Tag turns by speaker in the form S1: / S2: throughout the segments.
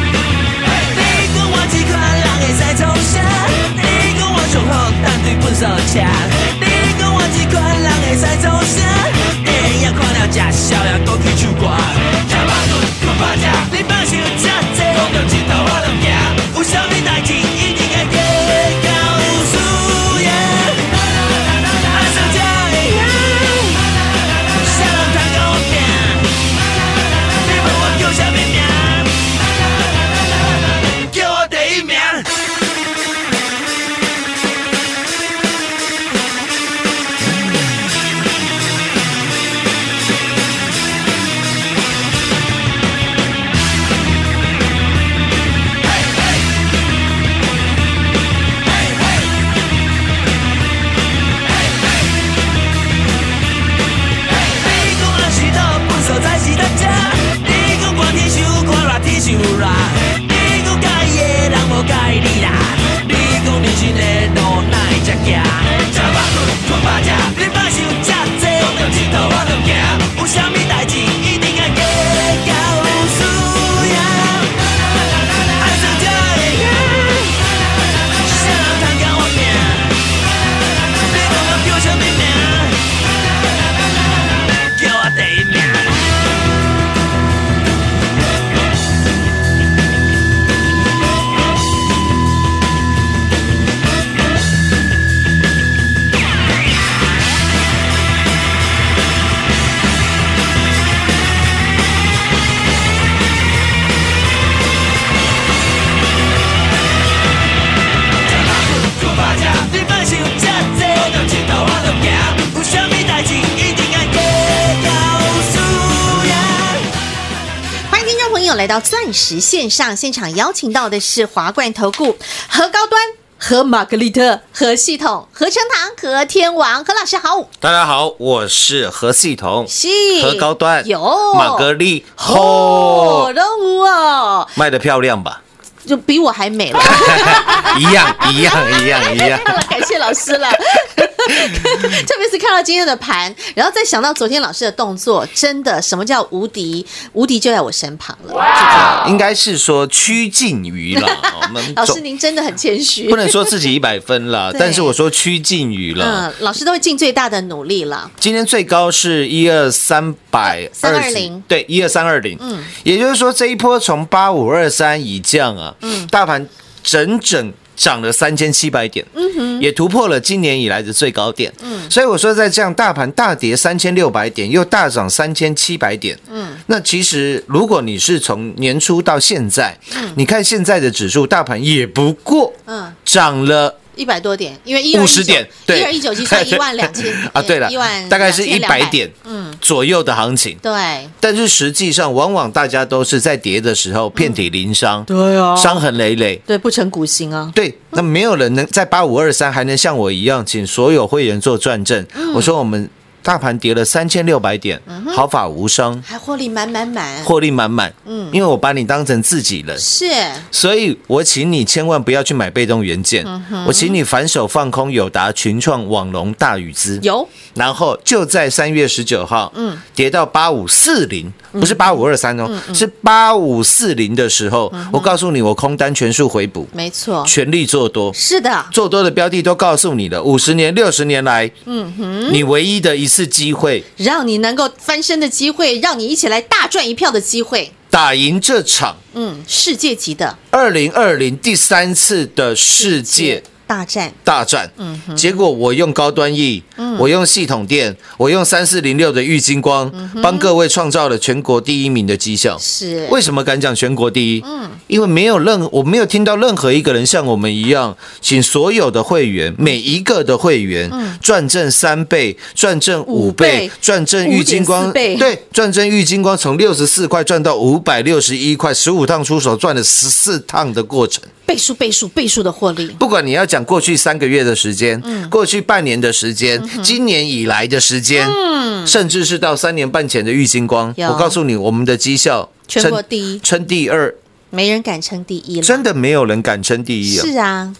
S1: 你跟我几款人会使创啥？你跟我上好，但对粪扫车。你跟我几款人会使做啥？电影看了吃宵夜，搁去唱歌。吃饱顿，困饱觉，你放想这多，讲到尽头我就行。有啥物代志一定会计较输赢。爱上才会晓，啥人通甲我拼？你问我叫啥物名？叫我第一名。你讲我是倒粪扫才是咱吃，你讲寒天想看热天想热，你讲介意的人无介意你啦，你讲人生的路哪会这行，吃饱困，困饱食，你莫想这多，讲到尽头我就行，有啥物代志一定要计较输赢，爱上才会赢，啥人通甲我拼？你问我叫啥物名？叫我第一名。你莫想这多，讲到尽头我就行。有啥物代志一定要计较输赢。
S2: 欢迎听众朋友来到钻石线上现场，邀请到的是华冠投顾何高端、何玛格丽特、何系统、何成堂、何天王、何老师好，
S3: 大家好，我是何系统，
S2: 是
S3: 何高端，
S2: 有
S3: 玛格丽
S2: 哦
S3: 吼，，
S2: 任务哦，
S3: 卖的漂亮吧？
S2: 就比我还美了，
S3: 一 样一样一样一样，
S2: 感谢老师了。 特别是看到今天的盘，然后再想到昨天老师的动作，真的什么叫无敌？无敌就在我身旁了。
S3: 应该是说趋近于 了。我们
S2: 老师，
S3: 总
S2: 您真的很谦虚。
S3: 嗯不能说自己一百分了，
S2: 对
S3: 但是我说趋近于了。
S2: 嗯，老师都会尽最大的努力了。
S3: 今天最高是一二三百
S2: 320
S3: 对，一二三二零。嗯，也就是说这一波从八五二三以降啊，嗯，大盘整整。涨了三千七百点，嗯哼，也突破了今年以来的最高点，嗯，所以我说在这样大盘大跌三千六百点，又大涨三千七百点，嗯，那其实如果你是从年初到现在，你看现在的指数，大盘也不过，
S2: 嗯
S3: 嗯，涨了。
S2: 一百多点，因为一
S3: 50点对
S2: 一二一九计 算一万两千
S3: 啊，对了
S2: 一万，
S3: 大概是一百
S2: 1200
S3: 点，
S2: 嗯，
S3: 左右的行情。
S2: 对，
S3: 但是实际上，往往大家都是在跌的时候遍体鳞伤，
S2: 对啊
S3: 伤痕累累。
S2: 对，不成骨形啊，
S3: 对，那没有人能在八五二三还能像我一样，请所有会员做转正。我说我们大盘跌了三千六百点，毫发无伤，
S2: 还获利满满满，
S3: 获利满满。嗯，因为我把你当成自己人，
S2: 是
S3: 所以我请你千万不要去买被动元件。我请你反手放空友达、群创、网龙、大宇资。
S2: 有
S3: 然后就在三月十九号，嗯，跌到八五四零，不是八五二三哦，是八五四零的时候，我告诉你，我空单全数回补，
S2: 没错，
S3: 全力做多，
S2: 是的，
S3: 做多的标的都告诉你了，五十年、六十年来，嗯哼，你唯一的一次机会，
S2: 让你能够翻身的机会，让你一起来大赚一票的机会，
S3: 打赢这场
S2: 嗯，世界级的，
S3: 二零二零第三次的世界
S2: 大战，
S3: 大战，结果我用高端 E，、我用系统电，我用三四零六的玉金光，帮各位创造了全国第一名的绩效。
S2: 是
S3: 为什么敢讲全国第一？
S2: 嗯
S3: 因为没有任我没有听到任何一个人像我们一样，请所有的会员每一个的会员赚正三倍，赚正五
S2: 嗯五倍
S3: 倍，赚正玉金
S2: 5.4
S3: 光，
S2: 倍
S3: 对，赚正玉金光从六十四块赚到五百六十一块，十五趟出手赚了十四趟的过程。
S2: 倍数倍数倍数的获利，
S3: 不管你要讲过去三个月的时间，
S2: 嗯
S3: 过去半年的时间，今年以来的时间，甚至是到三年半前的玉金光，
S2: 嗯有
S3: 我告诉你，我们的绩效
S2: 全国
S3: 称
S2: 第一
S3: 称第二，
S2: 没人敢称第一了。
S3: 真的没有人敢称第一啊！
S2: 是啊，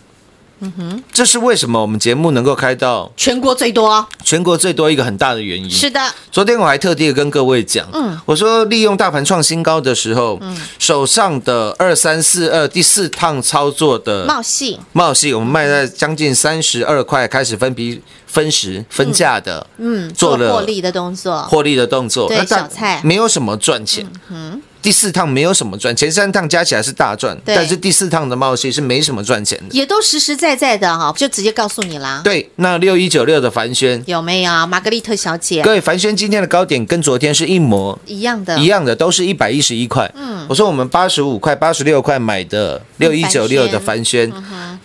S3: 这是为什么我们节目能够开到
S2: 全国最多，
S3: 全国最多一个很大的原因。
S2: 是嗯的，
S3: 昨天我还特地跟各位讲，我说利用大盘创新高的时候，
S2: 嗯
S3: 手上的二三四二第四趟操作的
S2: 茂信
S3: 茂系，我们卖在将近三十二块开始分批分时分价的，嗯
S2: 做
S3: 做了
S2: 获利的动作，
S3: 获利的动作，
S2: 对
S3: 那但
S2: 小菜嗯
S3: 没有什么赚钱，第四趟没有什么赚，前三趟加起来是大赚，
S2: 对
S3: 但是第四趟的茂系是没什么赚钱的。
S2: 也都实实在在的哈，就直接告诉你啦。
S3: 对，那六一九六的凡轩，
S2: 有没有玛格丽特小姐
S3: 各位凡轩今天的高点跟昨天是一模
S2: 一样的？
S3: 一样的，都是一百一十一块。嗯，我说我们八十五块、八十六块买的六一九六的凡轩，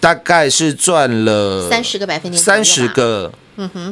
S3: 大概是赚了
S2: 嗯三十个百分点左右吧，嗯
S3: 三十个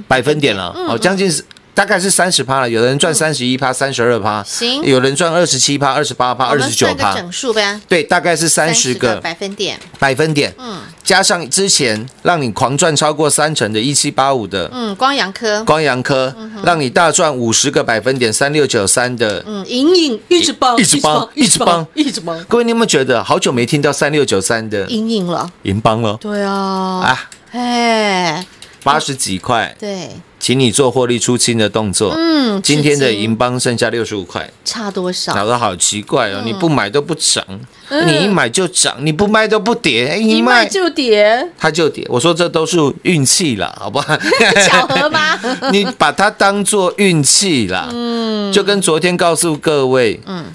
S3: 百分点了，哦，将近是。大概是三十趴了，有人赚三十一趴、三十二趴，
S2: 嗯行
S3: 有人赚二十七趴、二十八趴、
S2: 我
S3: 二
S2: 们
S3: 十九
S2: 算个
S3: 趴，
S2: 整数呗，
S3: 对，大概是三十
S2: 30
S3: 个
S2: 百嗯分点，
S3: 百分点，加上之前让你狂赚超过三成的一七八五的
S2: 嗯，光阳科，
S3: 光阳科，让你大赚五十个百分点三六九三的
S2: 嗯，隐隐一直帮，
S3: 一直帮
S2: 一直帮，
S3: 一
S2: 一直帮，
S3: 各位，你有没有觉得好久没听到三六九三的
S2: 隐隐了，
S3: 银邦了
S2: 对啊，
S3: 啊？
S2: 哎，
S3: 八十几块，
S2: 对，
S3: 请你做获利出清的动作。
S2: 嗯
S3: 今天的
S2: 至今
S3: 银邦剩下六十五块，
S2: 差多
S3: 搞
S2: 少？
S3: 得好奇怪哦！你不买都不涨，你一买就涨，你不卖都不跌，哎一卖
S2: 就跌，
S3: 它就跌。我说这都是运气啦，好不好？
S2: 巧合吗？
S3: 你把它当做运气啦。嗯，就跟昨天告诉各位，嗯，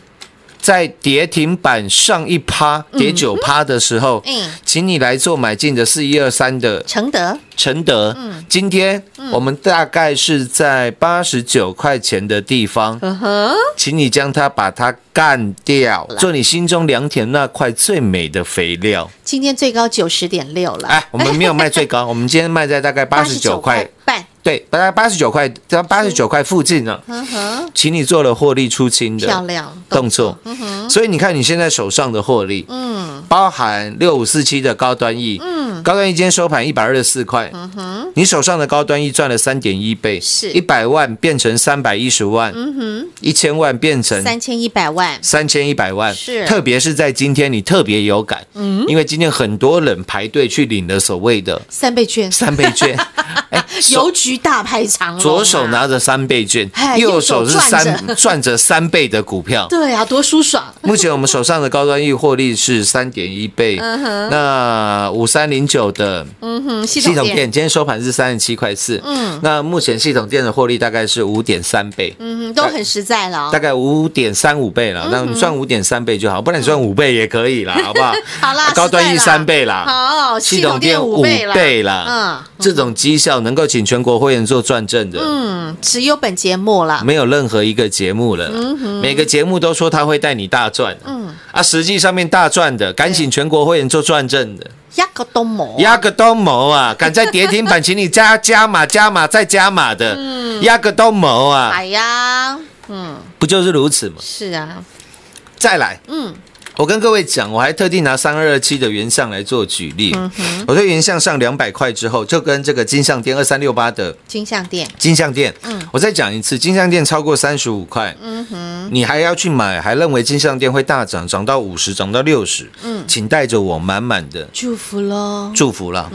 S3: 在跌停板上一趴跌九趴的时候，
S2: 嗯
S3: 嗯，请你来做买进的四一二三的
S2: 承德
S3: 承德。嗯，今天我们大概是在八十九块钱的地方，嗯哼，请你将它把它干掉，做你心中良田那块最美的肥料。
S2: 今天最高九十点六了，
S3: 哎，我们没有卖最高，我们今天卖在大概八十九块
S2: 89。半，
S3: 对，大概八十九块，在八十九块附近呢、
S2: 嗯哼，
S3: 请你做了获利出清的
S2: 漂亮嗯
S3: 动作，所以你看你现在手上的获利，嗯，包含六五四七的高端 E，嗯，高端 E 今天收盘一百二十四块，嗯哼，你手上的高端 E 赚了三点一倍，
S2: 是
S3: 一百万变成三百一十万，嗯哼，一千万变成
S2: 三千一百万，
S3: 三千一百万，
S2: 是
S3: 特别是在今天你特别有感，嗯，因为今天很多人排队去领了所谓的
S2: 三倍券，
S3: 三倍券，哎，手
S2: 邮局大排长龙啊，
S3: 左手拿着三倍券
S2: 哎，
S3: 右手是
S2: 右手
S3: 三赚着三倍的股票。
S2: 对啊，多舒爽，
S3: 目前我们手上的高端易获利是三点一倍，那五三零九的
S2: 嗯哼，系
S3: 系
S2: 统
S3: 统
S2: 店
S3: 店今天收盘是三十七块四，嗯，那目前系统店的获利大概是五点三倍，
S2: 嗯，都很实在了
S3: 哎大
S2: 哦。？
S3: 概五点三五倍了，那你算五点三倍就好，不然你算五倍也可以啦，好不好
S2: 好啦，
S3: 高端
S2: 实在
S3: 易
S2: 啦
S3: 三倍啦，
S2: 好，系统店五
S3: 五
S2: 倍啦，
S3: 倍啦，嗯，这种绩效能够请全国会员做转正的，
S2: 嗯，只有本节目了，
S3: 没有任何一个节目了啦，每个节目都说他会带你大赚，嗯啊，实际上面大赚的，赶紧全国会员做转正的，
S2: 一个都没，
S3: 压个都谋 啊，敢在跌停板请你加加码加码再加码的，压个都谋啊，
S2: 哎呀，
S3: 不就是如此吗？
S2: 嗯是啊，
S3: 再来，
S2: 嗯
S3: 嗯，我跟各位讲，我还特地拿三二二七的原相来做举例，我说原相上两百块之后，就跟这个金相店二三六八的
S2: 金项店
S3: 金项店，我再讲一次，金项店超过三十五块，你还要去买，还认为金项店会大涨，涨到五十，涨到六十，请带着我满满的
S2: 祝福喽，
S3: 祝福啦，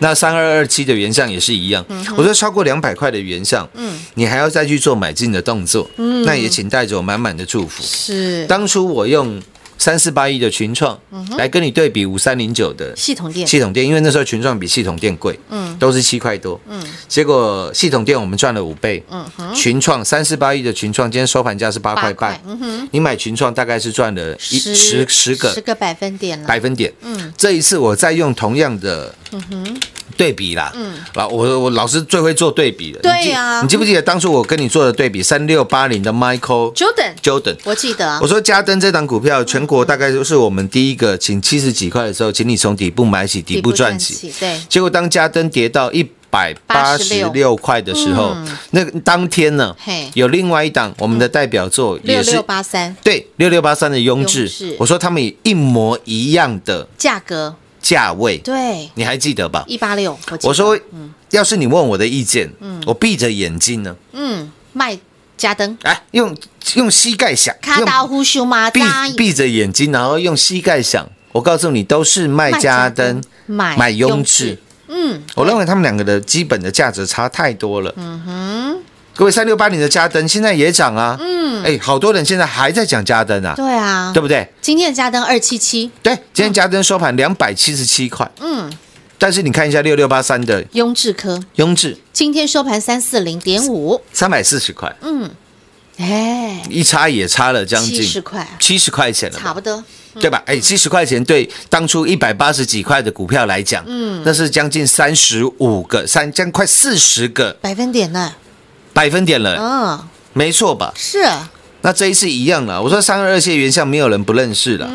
S3: 那三二二七的原相也是一样，我说超过两百块的原相，你还要再去做买进的动作，那也请带着我满满的祝福。
S2: 是
S3: 当初我用三四八一的群创，来跟你对比五三零九的
S2: 系统店
S3: 系统店，因为那时候群创比系统店贵，嗯，都是七块多，嗯，结果系统店我们赚了五倍，嗯群创三四八一的群创，今天收盘价是八
S2: 八
S3: 块半
S2: 块，
S3: 嗯哼，你买群创大概是赚了一十十个
S2: 十个百分点了
S3: 百，分点。嗯，这一次我再用同样的对比啦。嗯，啊，我我老师最会做对比了。
S2: 对啊
S3: 你记你记不记得当初我跟你做的对比？三六八零的 Michael
S2: Jordan
S3: Jordan。
S2: 我记得啊
S3: 我，说嘉登这档股票，全国大概就是我们第一个，请七十几块的时候，请你从底部买起，底部赚起。，
S2: 对，
S3: 结果当嘉登跌到一百八十六块的时候，那个当天呢
S2: 嗯嘿，
S3: 有另外一档我们的代表作
S2: 六
S3: 也是
S2: 六八三
S3: 对，六六八三的雍
S2: 雍
S3: 智
S2: 智，
S3: 我说他们也一模一样的
S2: 价格
S3: 价位，
S2: 对
S3: 你还记得吧？
S2: 一嗯八六，记得
S3: 我说，要是你问我的意见，我闭着眼睛呢，
S2: 嗯，卖加登，
S3: 哎，用用膝盖想，
S2: 卡达
S3: 用
S2: 呼修马
S3: 闭
S2: 扎
S3: 闭着眼睛，然后用膝盖想，我告诉你，都是卖家登，
S2: 卖
S3: 买
S2: 雍
S3: 雍
S2: 智
S3: 智，
S2: 嗯，
S3: 我认为他们两个的基本的价值差太多了。嗯哼。各位，三六八零的嘉登现在也涨啊，嗯，哎，好多人现在还在讲嘉登啊，
S2: 对啊，
S3: 对不对？
S2: 今天的加登二七七，
S3: 对，今天嘉登收盘两百七十七块。
S2: 嗯，
S3: 但是你看一下六六八三的
S2: 雍智科
S3: 雍智，
S2: 今天收盘三四零点五，
S3: 三百四十块，
S2: 哎，
S3: 一差也差了将近
S2: 嗯七十块啊，
S3: 七十块钱了
S2: 差
S3: 吧，
S2: 不多，
S3: 对吧？哎，七十块钱对当初一百八十几块的股票来讲，嗯，那是将近三十五个三，将快四十个
S2: 百分点呢，
S3: 百分点了，
S2: 嗯，
S3: 没错吧？
S2: 是
S3: 那这一次一样了。我说三二二线原相没有人不认识了，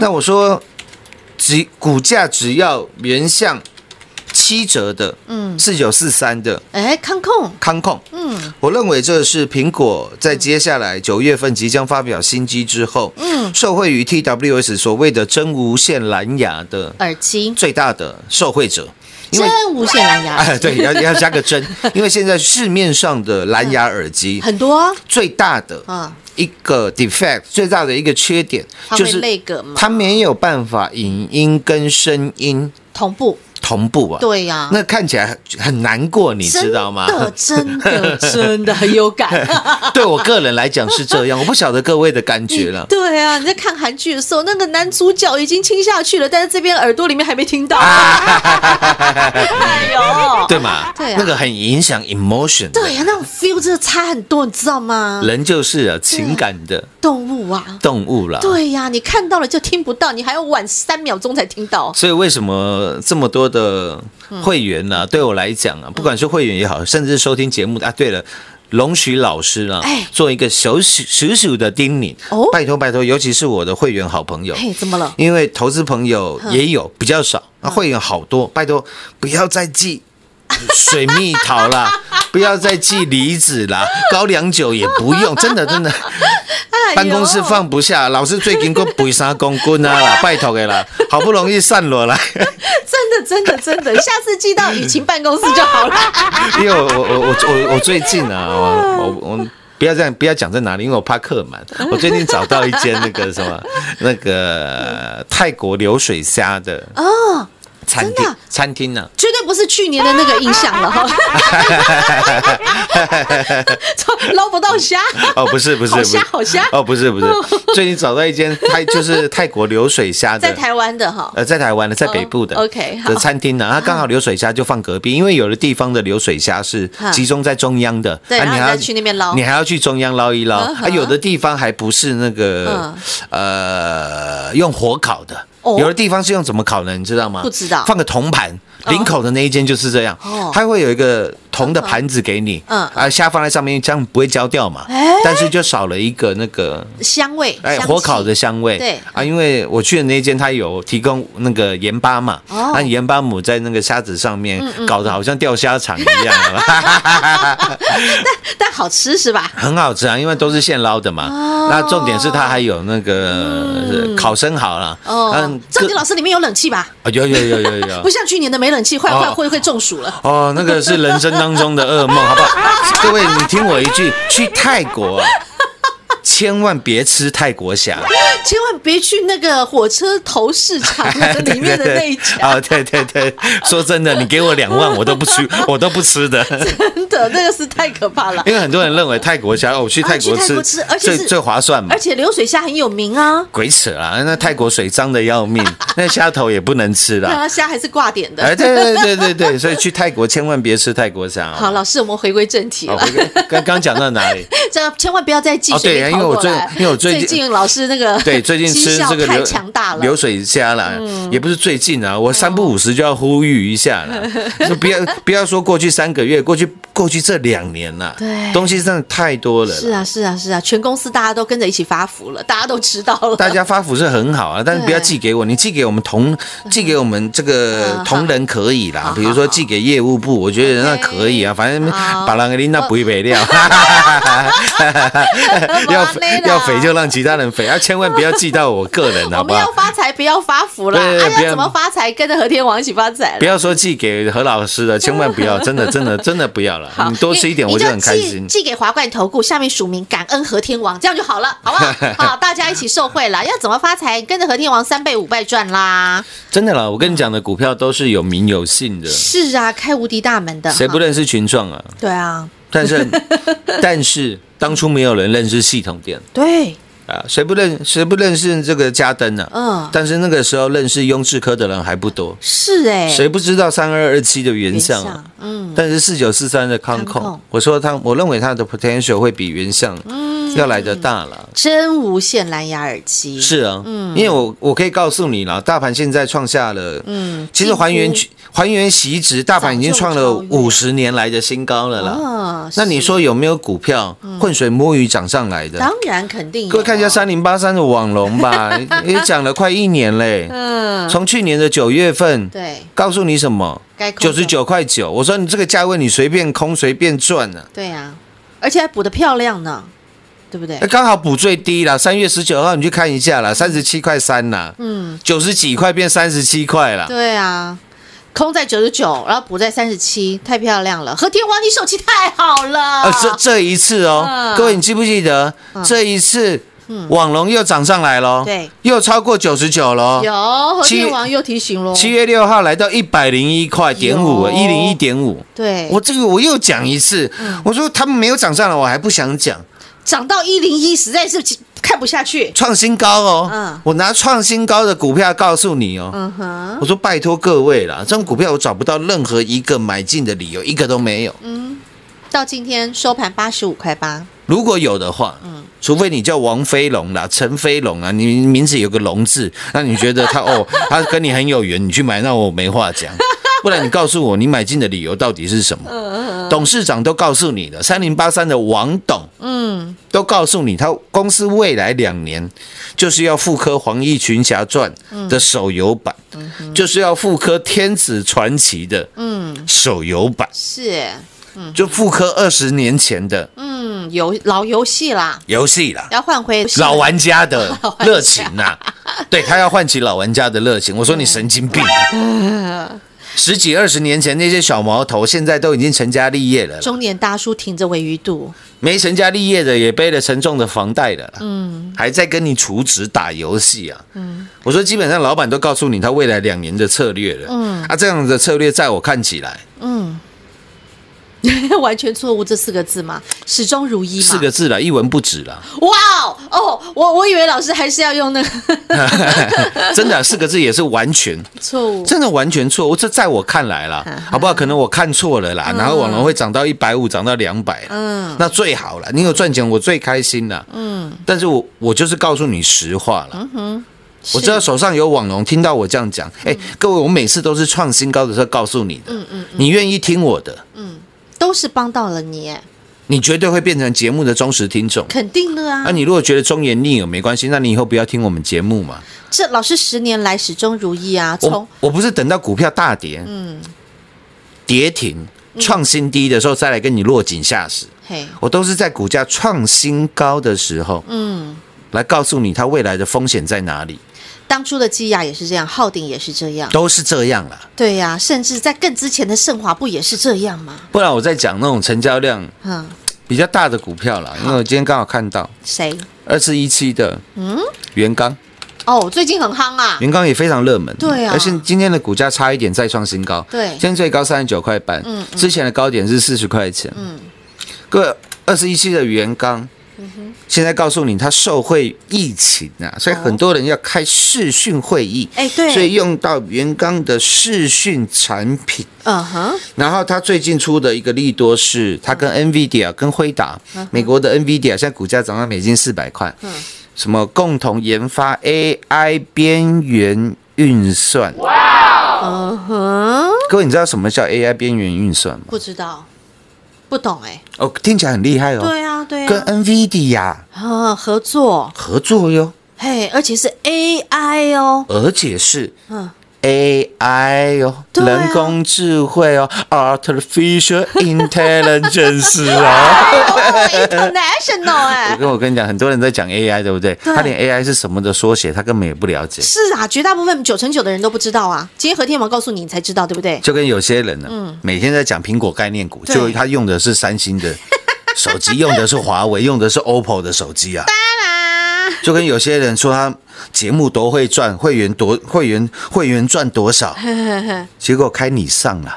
S3: 那我说只股价只要原相七折的，嗯，四九四三的
S2: 哎，看空，
S3: 康控，
S2: 嗯，
S3: 我认为这是苹果在接下来九月份即将发表新机之后，嗯，受惠于 TWS 所谓的真无线蓝牙的
S2: 耳机，
S3: 最大的受惠者，因为
S2: 真无线蓝牙，
S3: 哎，对，要要加个真，因为现在市面上的蓝牙耳机
S2: 很多，
S3: 最大的
S2: 嗯，
S3: 一个 defect 最大的一个缺点
S2: 它会
S3: 就是
S2: 那个嘛
S3: 它没有办法影音跟声音
S2: 同步，
S3: 同步啊，
S2: 对呀，
S3: 那看起来很很难过，你知道吗？
S2: 真的，真的，真的很有感。
S3: 对我个人来讲是这样，我不晓得各位的感觉了。
S2: 对啊，你在看韩剧的时候，那个男主角已经亲下去了，但是这边耳朵里面还没听到。哎呦，
S3: 啊 对啊嘛？
S2: 对啊
S3: 那个很影响 emotion 的。
S2: 对呀、那种 feel 真的差很多，你知道吗？
S3: 人就是啊，情感的
S2: 动物啊，
S3: 动物啦。，
S2: 对呀、你看到了就听不到，你还要晚三秒钟才听 到。
S3: 所以为什么这么多的会员
S2: 嗯
S3: 呢、对我来讲啊，不管是会员也好，甚至收听节目的啊，对了。容许老师啊
S2: 哎，
S3: 做一个小小小小的叮咛
S2: 哦，
S3: 拜托拜托，尤其是我的会员好朋友，
S2: 嘿，嗯怎么了？
S3: 因为投资朋友也有比较少，那会员好多，拜托不要再寄水蜜桃 啦，不要再寄梨子啦，高粱酒也不用，真的真的，
S2: 哎呦
S3: 办公室放不下，老师最近给我背三公斤 啊啦，拜托的啦，好不容易散落来，
S2: 哎真的，真的，真的，下次寄到雨晴办公室就好了。
S3: 因为我我我我我我最近啊，
S2: 哦
S3: 我我我。不要这样，不要讲在哪里，因为我怕客满。
S2: 嗯
S3: 我最近找到一间那个 什么，那个泰国流水虾的
S2: 哦，
S3: 餐
S2: 真
S3: 厅
S2: 的啊，
S3: 餐厅呢、
S2: 绝对不是去年的那个印象了哈， 捞不到虾。
S3: 哦，不是不是，
S2: 好
S3: 不是
S2: 虾好虾
S3: 哦，不是不是，最近找到一间泰就是泰国流水 虾
S2: 在
S3: 的。
S2: 台湾的哈，
S3: 呃，在台湾的，在北部的、
S2: 哦，OK，好
S3: 的餐厅 啊呢，它刚好流水虾就放隔壁，因为有的地方的流水虾是
S2: 哈
S3: 集中在中央的，啊
S2: 对然后
S3: 你
S2: 你
S3: 还要
S2: 再去那边捞
S3: 你还要去中央捞一捞，
S2: 嗯
S3: 啊，
S2: 哼嗯
S3: 有的地方还不是那个呃用火烤的，
S2: 哦
S3: 有的地方是用怎么烤的，你知道吗？
S2: 不知道
S3: 放个铜盘，林口的那一间就是这样
S2: 哦，
S3: 它会有一个铜的盘子给你，
S2: 嗯
S3: 啊，虾放在上面，这样不会焦掉嘛
S2: 哎，
S3: 但是就少了一个那个
S2: 香味，
S3: 哎，
S2: 香气
S3: 火烤的香味，
S2: 对
S3: 啊，因为我去的那间它有提供那个盐巴嘛，
S2: 哦嗯
S3: 啊，盐巴母在那个虾子上面搞得好像钓虾场一样，啊
S2: 但好吃是吧？
S3: 很好吃啊，因为都是现捞的嘛。
S2: 哦嗯
S3: 那重点是它还有那个烤生蚝啦，
S2: 哦
S3: 嗯，
S2: 张杰
S3: 各
S2: 老师里面有冷气吧？
S3: 啊有有有有有
S2: 不。像去年的没冷气，坏坏
S3: 哦
S2: 会会中暑了。
S3: 哦，那个是 人生当中的噩梦，好不好？各位，你听我一句，去泰国啊，千万别吃泰国虾，
S2: 千万别去那个火车头市场那个里面的那一家，
S3: 啊，对对对，说真的，你给我两万，我都 不吃，我都不吃的。
S2: 真的那个是太可怕了。
S3: 因为很多人认为泰国虾，哦，我去
S2: 啊
S3: 哎泰国
S2: 去泰
S3: 吃
S2: 国吃而且
S3: 最
S2: 是
S3: 最划算嘛
S2: 而。且流水虾很有名啊，
S3: 鬼扯啦！那泰国水脏的要 命，那虾头也不能吃啦。
S2: 那啊虾还是挂点的。
S3: 啊哎，对对对对对，所以去泰国千万别吃泰国虾。啊哦
S2: 好，，老师，我们回归正题
S3: 好，
S2: 了。
S3: 回归刚刚讲到哪里？
S2: 这千万不要再寄
S3: 哦
S2: 水
S3: 对
S2: 给
S3: 因为
S2: 跑
S3: 我
S2: 过
S3: 最
S2: 来。
S3: 因为我最近
S2: 老师那个
S3: 对，最近
S2: 绩
S3: 吃
S2: 效
S3: 这个
S2: 太
S3: 流
S2: 强大了，
S3: 流水虾啦，也不是最近啊，我三不五时就要呼吁一下啦，就不要不要说过去三个月，过去过去这两年啦，
S2: 对
S3: 东西真的太多了啦。
S2: 是啊是啊是啊，全公司大家都跟着一起发福了，大家都知道了。
S3: 大家发福是很好啊，但是不要寄给我，你寄给我们同寄给我们这个
S2: 嗯
S3: 同仁可以啦
S2: 好，
S3: 比如说寄给业务部，我觉得那
S2: OK，
S3: 可以啊，反正
S2: 好
S3: 把狼给拎到肥肥料， 要肥
S2: 没啦
S3: 要肥就让其他人肥，啊，千万不要寄到我个人，
S2: 我
S3: 好不
S2: 们要
S3: 好？
S2: 发财，不要发福啦！
S3: 对对
S2: 哎
S3: 对不
S2: 呀，
S3: 要
S2: 怎么发财？跟着和天王一起发财
S3: 不
S2: 啦。
S3: 要说寄给何老师了，千万不要，真的真的真的不要了
S2: 好，，
S3: 嗯你多吃一点
S2: 你
S3: 我
S2: 你就
S3: 就很开
S2: 寄
S3: 心。
S2: 寄给华冠投顾，下面署名感恩和天王，这样就好 了，好不好？好，大家一起受惠啦。要怎么发财？跟着和天王三倍五倍赚啦！
S3: 真的啦，我跟你讲的股票都是有名有姓的，
S2: 是啊，开无敌大门的，
S3: 谁不
S2: 哈
S3: 认识群 创啊？
S2: 对啊？
S3: 但是但是当初没有人认识系统店。
S2: 对，
S3: 啊，谁不认谁不认识这个嘉登呢、
S2: 嗯
S3: 但是那个时候认识雍智科的人还不多，
S2: 是哎、
S3: 谁不知道三二二七的原相
S2: 原
S3: 啊
S2: 相？嗯，
S3: 但是四九四三的康
S2: 康
S3: 控
S2: 控，
S3: 我说他，我认为他的 potential 会比原相
S2: 嗯
S3: 要来的大了。
S2: 真无线蓝牙耳机
S3: 是啊，因为我我可以告诉你了，大盘现在创下了，
S2: 嗯
S3: 其实还原
S2: 几
S3: 还原席值，大盘已经创了
S2: 早就超越
S3: 五十年来的新高了啦。
S2: 哦嗯
S3: 那你说有没有股票浑水摸鱼涨上来的？
S2: 当然肯定有啊，
S3: 各位看一下三零八三的网龙 吧，也讲了快一年嘞。
S2: 嗯，
S3: 从去年的九月份，
S2: 对，
S3: 告诉你什么？
S2: 该空
S3: 九
S2: 的
S3: 十，九块九，我说你这个价位你随便空随便赚啊，
S2: 对啊，而且还补的漂亮呢，对不对
S3: 哎那？刚好补最低啦，三月十九号你去看一下啦，三十七块三啦，
S2: 嗯，
S3: 九十几块变三十七块啦。
S2: 对啊，空在九十九，然后补在三十七，太漂亮了。和天王，你手气太好了，
S3: 呃，这这一次哦
S2: 啊嗯，
S3: 各位你记不记得这一次网龙又涨上来喽？
S2: 对，
S3: 又超过九十九喽。
S2: 有和
S3: 七
S2: 天王又提醒喽，
S3: 七月六号来到一百零一块点五，啊
S2: 有
S3: 一零一点五。
S2: 对，嗯
S3: 我这个我又讲一次，我说他们没有涨上来，我还不想讲
S2: 涨到一零一，实在是看不下去。
S3: 创新高哦。
S2: 嗯
S3: 我拿创新高的股票告诉你哦。
S2: 嗯哼，
S3: 我说拜托各位啦，这种股票我找不到任何一个买进的理由，一个都没有。
S2: 到今天收盘八十五块八，
S3: 如果有的话，除非你叫王飞龙啦、陈飞龙啊，你名字有个龙字，那你觉得他哦，他跟你很有缘，你去买，那我没话讲。不然你告诉我，你买进的理由到底是什么？董事长都告诉你的，三零八三的王董，嗯，都告诉你，他公司未来两年就是要复刻《黄奕群侠传》的手游版，就是要复刻《天子传奇》的手游版，
S2: 是，
S3: 就复刻二十年前的
S2: 嗯，游老游戏啦，
S3: 游戏啦。
S2: 要换回
S3: 老玩家的热情呐、对他要唤起老玩家的热情。我说你神经 病、十几二十年前那些小毛头，现在都已经成家立业了啦，
S2: 中年大叔挺着尾鱼肚，
S3: 没成家立业的也背了沉重的房贷了，嗯，还在跟你储值打游戏啊，嗯，我说基本上老板都告诉你他未来两年的策略了，嗯，啊，这样的策略在我看起来
S2: 完全错误这四个字嘛，始终如一嘛。
S3: 四个字了，一文不值了，
S2: 哇哦哦，我我以为老师还是要用那个
S3: 真的啊、四个字也是完全
S2: 错误。
S3: 真的完全错，误，这在我看来啦，好不好？可能我看错了啦，然后网龙会涨到一百五，涨到两百，嗯，那最好了，你有赚钱，我最开心了，嗯，但是我我就是告诉你实话了，我知道手上有网龙，听到我这样讲，哎，各位，我每次都是创新高的时候告诉你的，嗯嗯，你愿意听我的，
S2: 都是帮到了你，
S3: 你绝对会变成节目的忠实听众。
S2: 肯定的啊。
S3: 那你如果觉得忠言逆耳没关系，那你以后不要听我们节目嘛。
S2: 这老师十年来始终如一啊，
S3: 我
S2: 从
S3: 我不是等到股票大跌，嗯，跌停创新低的时候再来跟你落井下石，
S2: 嘿
S3: 我都是在股价创新高的时候，嗯，来告诉你它未来的风险在哪里，
S2: 当初的基亚也是这样，浩鼎也是这样，
S3: 都是这样啦。
S2: 对呀、甚至在更之前的盛华不也是这样吗？
S3: 不然我在讲那种成交量
S2: 嗯，
S3: 比较大的股票啦，因为我今天刚好看到
S2: 谁？
S3: 二四一七的，嗯，元刚，
S2: 哦，最近很夯啊，
S3: 元刚也非常热门，
S2: 对啊
S3: 而且今天的股价差一点再创新高，
S2: 对
S3: 今天最高三十九块半，
S2: 嗯嗯
S3: 之前的高点是四十块钱，嗯，各位二四一七的元刚。
S2: 嗯
S3: 现在告诉你，它受惠疫情啊，所以很多人要开视讯会议，
S2: 哦哎对
S3: 所以用到元刚的视讯产品，
S2: 嗯哼，
S3: 然后它最近出的一个利多是，它跟
S2: 嗯
S3: NVIDIA 跟辉达，美国的 NVIDIA 现在股价涨到美金四百块，
S2: 嗯
S3: 什么共同研发 AI 边缘运算。
S2: 嗯哼，
S3: 各位，你知道什么叫 AI 边缘运算吗？
S2: 不知道，不懂哎，
S3: 哦，听起来很厉害哦。
S2: 对啊，对
S3: 跟
S2: 啊，
S3: NVIDIA
S2: 啊，合作，
S3: 合作哟，
S2: 嘿，而且是 AI 哦，
S3: 而且是
S2: 嗯，
S3: AI 哦，
S2: 对啊
S3: 人工智慧哦，Artificial Intelligence 哦。
S2: 哦 international
S3: 我
S2: 哎，
S3: 跟我跟你讲，很多人在讲 AI，对不对？
S2: 对
S3: 他连 AI 是什么的缩写，他根本也不了解。
S2: 是啊，绝大部分九成九的人都不知道啊。今天何天王告诉你，你才知道，对不对？
S3: 就跟有些人呢，每天在讲苹果概念股，
S2: 嗯对
S3: 就他用的是三星的手机，用的是华为， 用的是 OPPO 的手机啊。
S2: 啦
S3: 就跟有些人说他节目多会赚，会员多会员会员赚 多少，结果开你上了。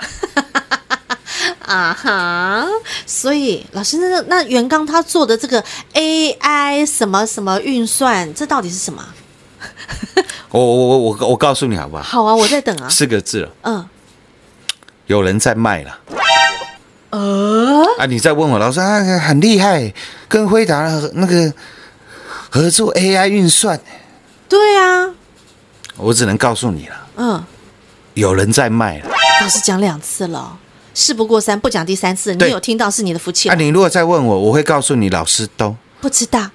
S2: 啊哈，所以老师，那那袁刚他做的这个 AI 什么什么运算，这到底是什么啊？
S3: 我我我我我告诉你好不好？
S2: 好啊，我在等啊。
S3: 四个字了，
S2: 嗯，
S3: 有人在卖了
S2: 啊呃，
S3: 啊！你再问我老师啊，很厉害，跟辉达合那个合作 AI 运算，
S2: 对啊，
S3: 我只能告诉你了，
S2: 嗯，
S3: 有人在卖了。
S2: 老师讲两次了，事不过三，不讲第三次。你
S3: 对
S2: 有听到是你的福气
S3: 啊，
S2: 了，
S3: 你如果再问我，我会告诉你，老师都
S2: 不知道。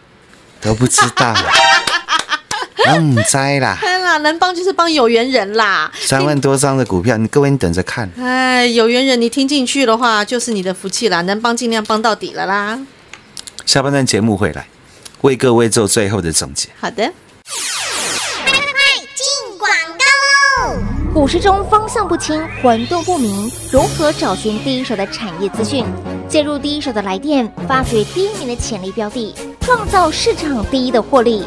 S3: 都不知道啦，我唔知啦。
S2: 天啦，能帮就是帮有缘人啦。
S3: 三万多张的股票，你各位你等着看。
S2: 哎，有缘人，你听进去的话，就是你的福气啦，能帮尽量帮到底了啦。
S3: 下半段节目回来，为各位做最后的总结。
S2: 好的。
S4: 股市中方向不清、混沌不明，如何找寻第一手的产业资讯？介入第一手的来电，发掘第一名的潜力标的，创造市场第一的获利。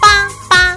S5: 八八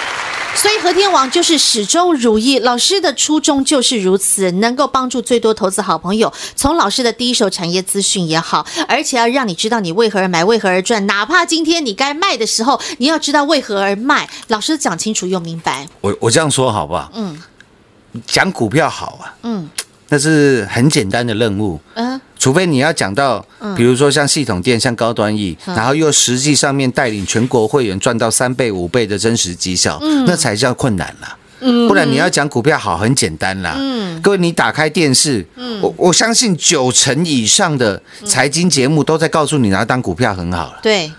S2: 所以和天王就是始终如一，老师的初衷就是如此，能够帮助最多投资好朋友，从老师的第一手产业资讯也好，而且要啊让你知道你为何而买，为何而赚，哪怕今天你该卖的时候，你要知道为何而卖，老师讲清楚又明白。
S3: 我我这样说好不好？
S2: 嗯，
S3: 讲股票好啊，
S2: 嗯
S3: 那是很简单的任务。
S2: 嗯、
S3: 除非你要讲到，比如说像系统店、像高端 E，、然
S2: 嗯
S3: 后又实际上面带领全国会员赚到三倍、五倍的真实绩效，
S2: 嗯
S3: 那才叫困难啦。不然你要讲股票好很简单啦。
S2: 嗯
S3: 各位，你打开电视，我我相信九成以上的财经节目都在告诉你拿当股票很好了。
S2: 对，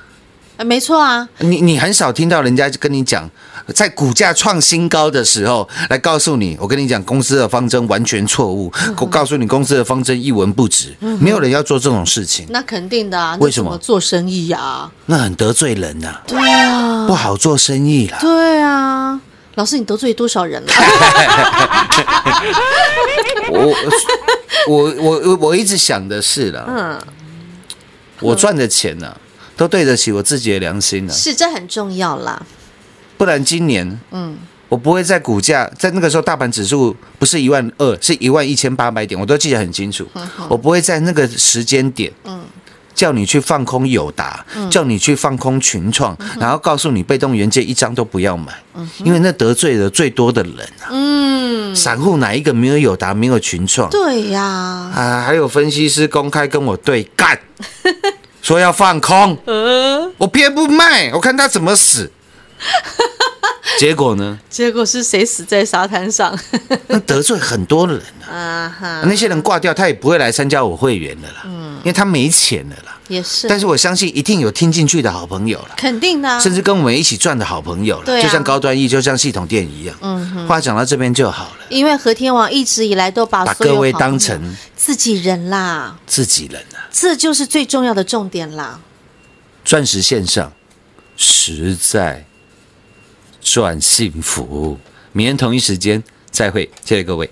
S2: 呃没错啊，
S3: 你你很少听到人家跟你讲，在股价创新高的时候来告诉你，我跟你讲公司的方针完全错误，
S2: 嗯
S3: 我告诉你公司的方针一文不值，没有人要做这种事情，
S2: 那肯定的啊，那
S3: 为什么
S2: 怎做生意啊呀、
S3: 那很得罪人呐、
S2: 对啊，
S3: 不好做生意啦。
S2: 对啊，老师你得罪多少 人了？啊
S3: 我我我我我一直想的是啦，
S2: 嗯，
S3: 我赚的钱呢、都对得起我自己的良心啊了、
S2: 是这很重要啦。
S3: 不然今年
S2: 嗯，
S3: 我不会在股价在那个时候，大盘指数不是一万二，是一万一千八百点，我都记得很清楚。我不会在那个时间点，嗯，嗯叫你去放空友达，叫你去放空群创，然后告诉你被动元件一张都不要买，因为那得罪了最多的人啊。嗯，散户哪一个没有友达，没有群创？
S2: 对呀，
S3: 啊，还有分析师公开跟我对干， 说要放空，
S2: 呃
S3: 我偏不卖，我看他怎 么死。结果呢？
S2: 结果是谁死在沙滩上？
S3: 那得罪很多人 啊，
S2: 啊哈，
S3: 那些人挂掉，他也不会来参加我会员的啦，
S2: 嗯
S3: 因为他没钱了啦。
S2: 也是，
S3: 但是我相信一定有听进去的好朋友啦，
S2: 肯定的啊，
S3: 甚至跟我们一起赚的好朋友了，
S2: 对啊
S3: 就像高端 E，就像系统店一样。嗯，话讲到这边就好了，
S2: 因为和天王一直以来都把
S3: 把
S2: 所有
S3: 各位
S2: 好朋友
S3: 当成
S2: 自己人啦，
S3: 自己人啊。
S2: 这就是最重要的重点啦。
S3: 钻石线上实在赚幸福。明天同一时间再会，谢谢各位。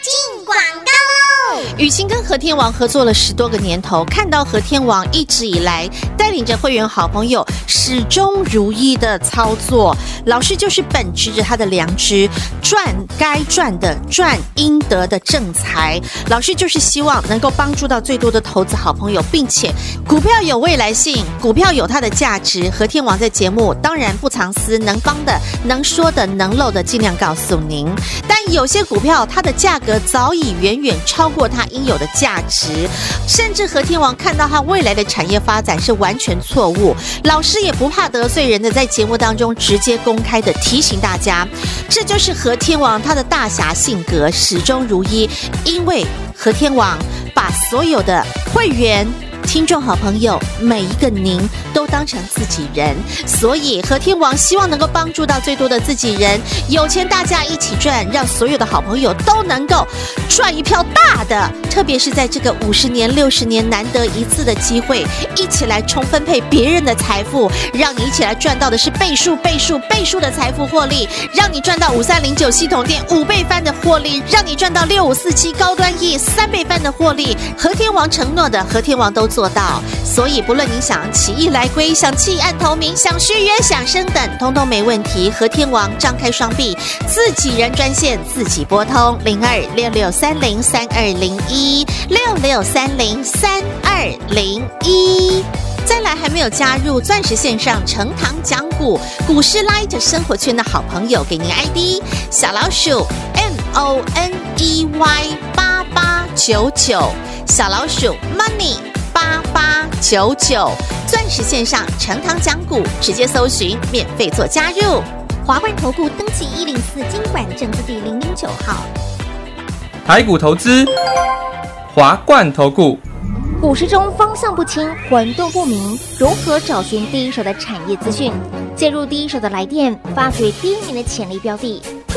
S6: 进广告喽！
S2: 雨晴跟和天王合作了十多个年头，看到和天王一直以来带领着会员好朋友始终如一的操作，老师就是本持着他的良知，赚该赚的赚应得的正财。老师就是希望能够帮助到最多的投资好朋友，并且股票有未来性，股票有它的价值。和天王在节目当然不藏私，能帮的、能说的、能漏的，尽量告诉您。但有些股票它的价格早已远远超过它应有的价值，甚至和天王看到它未来的产业发展是完全错误。老师也不怕得罪人的，在节目当中直接公开的提醒大家，这就是和天王他的大侠性格始终如一，因为和天王把所有的会员。听众好朋友，每一个您都当成自己人，所以和天王希望能够帮助到最多的自己人，有钱大家一起赚，让所有的好朋友都能够赚一票大的。特别是在这个五十年、六十年难得一次的机会，一起来冲分配别人的财富，让你一起来赚到的是倍数、倍数、倍数的财富获利，让你赚到五三零九系统店五倍翻的获利，让你赚到六五四七高端 E 三倍翻的获利。和天王承诺的，和天王都做到。所以，不论您想起义来归、想弃暗投明、想续约、想升等，通通没问题。和天王张开双臂，自己人专线自己拨通零二六六三零三二零一六六三零三二零一。再来，还没有加入钻石线上成堂讲股股市 Light 生活圈的好朋友，给您 ID 小老鼠 M O N E Y 八八九九，小老鼠 Money 八八九九，钻石线上成堂讲股，直接搜寻免费做加入。
S4: 华冠投顾登记一零四经管证字第零零九号。
S7: 台股投资，华冠投顾。
S4: 股市中方向不清、混沌不明，如何找寻第一手的产业资讯？介入第一手的来电，发掘第一名的潜力标的，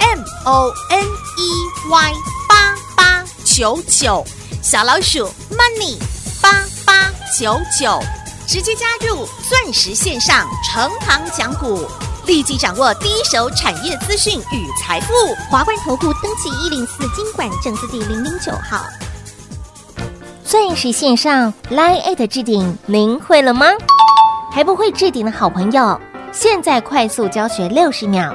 S5: M O N E Y 八八九九，小老鼠 Money 八八九九，直接加入钻石线上成堂讲股，立即掌握第一手产业资讯与财富。
S4: 华冠投顾登记一零四经管证字第零零九号。钻石线上 Line at 置顶，您会了吗？还不会置顶的好朋友，现在快速教学六十秒。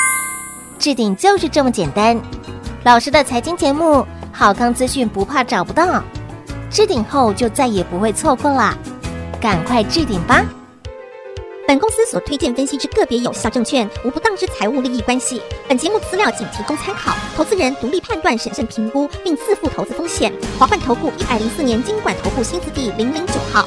S4: 置顶就是这么简单。老师的财经节目好康资讯不怕找不到，置顶后就再也不会错过啦，赶快置顶吧！
S6: 本公司所推荐分析之个别有效证券，无不当之财务利益关系。本节目资料仅提供参考，投资人独立判断、审慎评估，并自负投资风险。华冠投顾一百零四年经管投顾新字第零零九号。